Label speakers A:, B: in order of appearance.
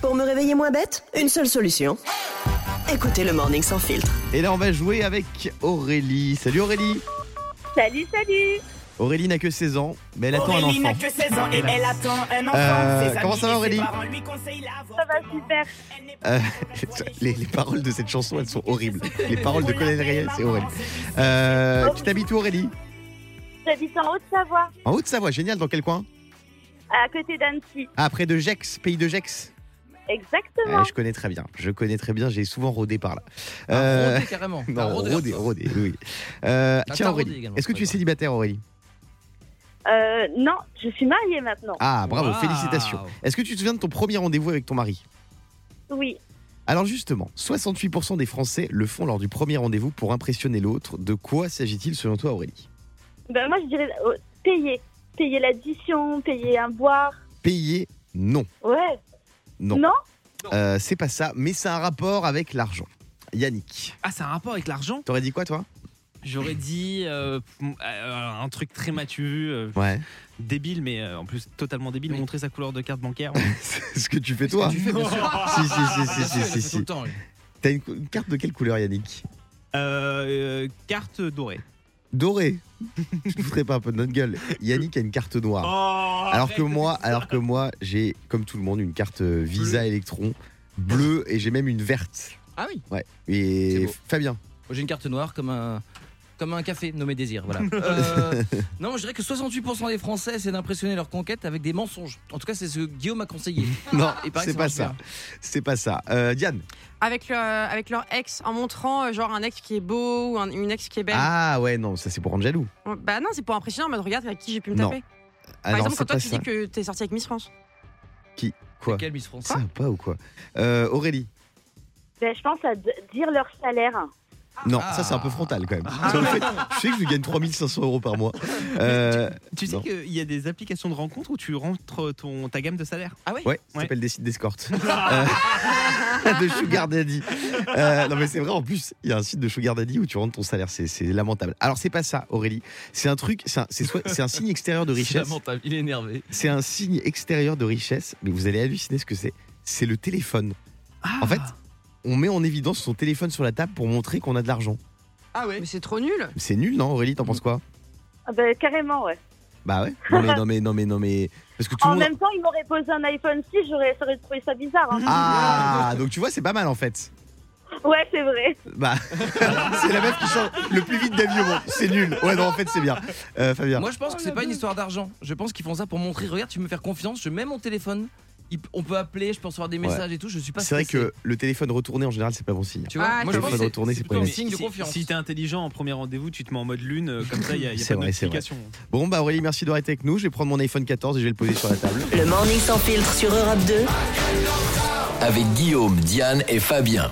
A: Pour me réveiller moins bête, une seule solution. Écoutez le Morning Sans Filtre.
B: Et là, on va jouer avec Aurélie. Salut Aurélie.
C: Salut, salut
B: Aurélie n'a que 16 ans, mais elle attend
D: Aurélie
B: un
D: n'a
B: enfant.
D: que 16 ans et elle attend un enfant.
B: Euh,
D: Ses
B: comment
D: amis
B: ça va,
D: et ses
B: Aurélie
D: parents lui conseillent l'avortement.
C: Ça va super
D: Elle n'est pas
B: Euh,
D: voilée.
B: les, les paroles de cette chanson, elles sont horribles. Les paroles de
D: On
B: Colin
D: l'appelle
B: Riel,
D: maman,
B: c'est horrible.
D: celui-ci.
B: Euh, qui t'habite où, Aurélie
C: J'habite en Haute-Savoie,
B: En Haute-Savoie, génial, dans quel coin
C: à côté d'Annecy.
B: Ah, près de Gex, pays de Gex.
C: Exactement.
B: Ouais, Eh, je connais très bien, je connais très bien, j'ai souvent rodé par là.
E: Ah,
B: Euh,
E: rodé, carrément. Ah,
B: non,
E: rodé,
B: rodé,
E: hein.
B: rodé, oui. Euh,
E: Ah,
B: tiens,
E: t'as rodé
B: Aurélie,
E: également,
B: est-ce que tu es
E: d'accord.
B: célibataire, Aurélie
C: Euh, non, je suis mariée maintenant.
B: Ah, bravo,
E: Waouh.
B: félicitations. Est-ce que tu te souviens de ton premier rendez-vous avec ton mari
C: Oui.
B: Alors justement, 68% des Français le font lors du premier rendez-vous pour impressionner l'autre. De quoi s'agit-il selon toi, Aurélie
C: Ben, moi, je dirais euh, payer. Payer l'addition, payer un boire.
B: Payer Non.
C: Ouais.
B: Non.
C: Non
B: Euh, c'est pas ça, mais c'est un rapport avec l'argent. Yannick,
E: Ah, c'est un rapport avec l'argent
B: t'aurais dit quoi, toi
E: J'aurais dit euh, euh, un truc très matu, euh,
B: Ouais.
E: débile, mais euh, en plus totalement débile,
F: Oui.
E: montrer sa couleur de carte bancaire.
B: c'est ce que tu fais, toi.
F: Tu fais, bien sûr.
B: Si, si, si, si,
F: Bien sûr,
B: si,
F: il
B: si,
F: le fait tout
B: si.
F: le temps, lui.
B: T'as une, cou- une carte de quelle couleur, Yannick
E: Euh, euh, carte dorée.
B: Dorée. Je ne ferai pas un peu de notre gueule. Yannick a une carte noire. Ah.
E: Oh,
F: Oh,
B: alors que moi, alors que moi, j'ai comme tout le monde une carte euh, Visa Electron bleue et j'ai même une verte.
F: Ah oui,
B: Ouais.
F: C'est
B: Et
F: beau.
B: Fabien.
F: Moi, j'ai une carte noire comme un, comme un café nommé Désir. Voilà. Euh, non, je dirais que 68% des Français essaient d'impressionner leur conquête avec des mensonges. En tout cas, c'est ce que Guillaume a conseillé.
B: Non,
F: Ah, Il paraît que
B: c'est
F: ça
B: pas
F: marche
B: ça.
F: bien.
B: C'est pas ça. Euh, Diane.
G: avec, le, euh, avec leur ex en montrant euh, genre un ex qui est beau ou un- une ex qui est belle.
B: Ah ouais, non, ça c'est pour rendre jaloux.
G: Bah non, c'est pour impressionner, mais regarde avec qui j'ai pu me
B: Non.
G: taper.
B: Ah
G: Par
B: non,
G: exemple,
B: c'est
G: quand toi
B: pas
G: tu
B: ça.
G: dis que t'es sorti avec Miss France.
B: Quoi
F: Quelle Miss France
B: Ça va pas ou quoi Euh, Aurélie.
C: Ben, je pense à d- dire leur salaire.
B: Non,
F: Ah.
B: ça c'est un peu frontal quand même. Sur le fait- je sais que je gagne 3500 euros par mois. Euh,
E: Tu sais
B: Non.
E: qu'il y a des applications de rencontres où tu rentres ton, ta gamme de salaire.
B: Ouais, ça
E: Ouais.
B: s'appelle des sites d'escorte. Euh, de Sugar Daddy. Euh, non, mais c'est vrai, en plus, il y a un site de Sugar Daddy où tu rentres ton salaire. C'est c'est lamentable. Alors, c'est pas ça, Aurélie. C'est un truc, c'est un, c'est soit- c'est un signe extérieur de
F: C'est
B: richesse.
F: lamentable, Ah, il est énervé.
B: C'est un signe extérieur de richesse, mais vous allez halluciner ce que c'est. C'est le téléphone. En fait, on met en évidence son téléphone sur la table pour montrer qu'on a de l'argent.
E: Ah ouais.
G: Mais c'est trop nul.
B: C'est nul, non, Aurélie T'en penses quoi
C: Ah Ben, carrément, ouais.
B: Bah ouais. Non, mais non, mais non, mais non, mais. Parce que tout le
C: En
B: monde.
C: même temps, ils m'auraient posé un iPhone 6, j'aurais ça aurait trouvé ça bizarre. hein.
B: Ah, donc tu vois, c'est pas mal en fait.
C: Ouais, c'est vrai.
B: Bah, c'est la meuf qui chante le plus vite d'avion. C'est nul. Ouais, non, en fait, c'est bien. Euh, Fabien.
F: Moi, je pense que c'est pas une histoire d'argent. Je pense qu'ils font ça pour montrer regarde, tu veux me faire confiance, je mets mon téléphone. il- on peut appeler, je peux recevoir des messages et tout. Je suis pas
B: c'est vrai
F: stressé.
B: que le téléphone retourné, en général, c'est pas bon signe.
F: Tu vois,
G: Ah,
F: moi,
B: le
F: je pense que
B: téléphone
F: c'est
B: retourné, c'est
F: plutôt un
B: problématique.
F: signe de
E: si,
F: confiance.
E: Si t'es intelligent en premier rendez-vous, tu te mets en mode lune, euh, comme ça, il n'y a, y a
B: C'est
E: pas de
B: vrai, c'est vrai.
E: notification.
B: Bon, bah, Aurélie, merci d'avoir été avec nous. Je vais prendre mon iPhone 14 et je vais le poser sur la table.
A: Le Morning Sans Filtre sur Europe 2.
H: Avec Guillaume, Diane et Fabien.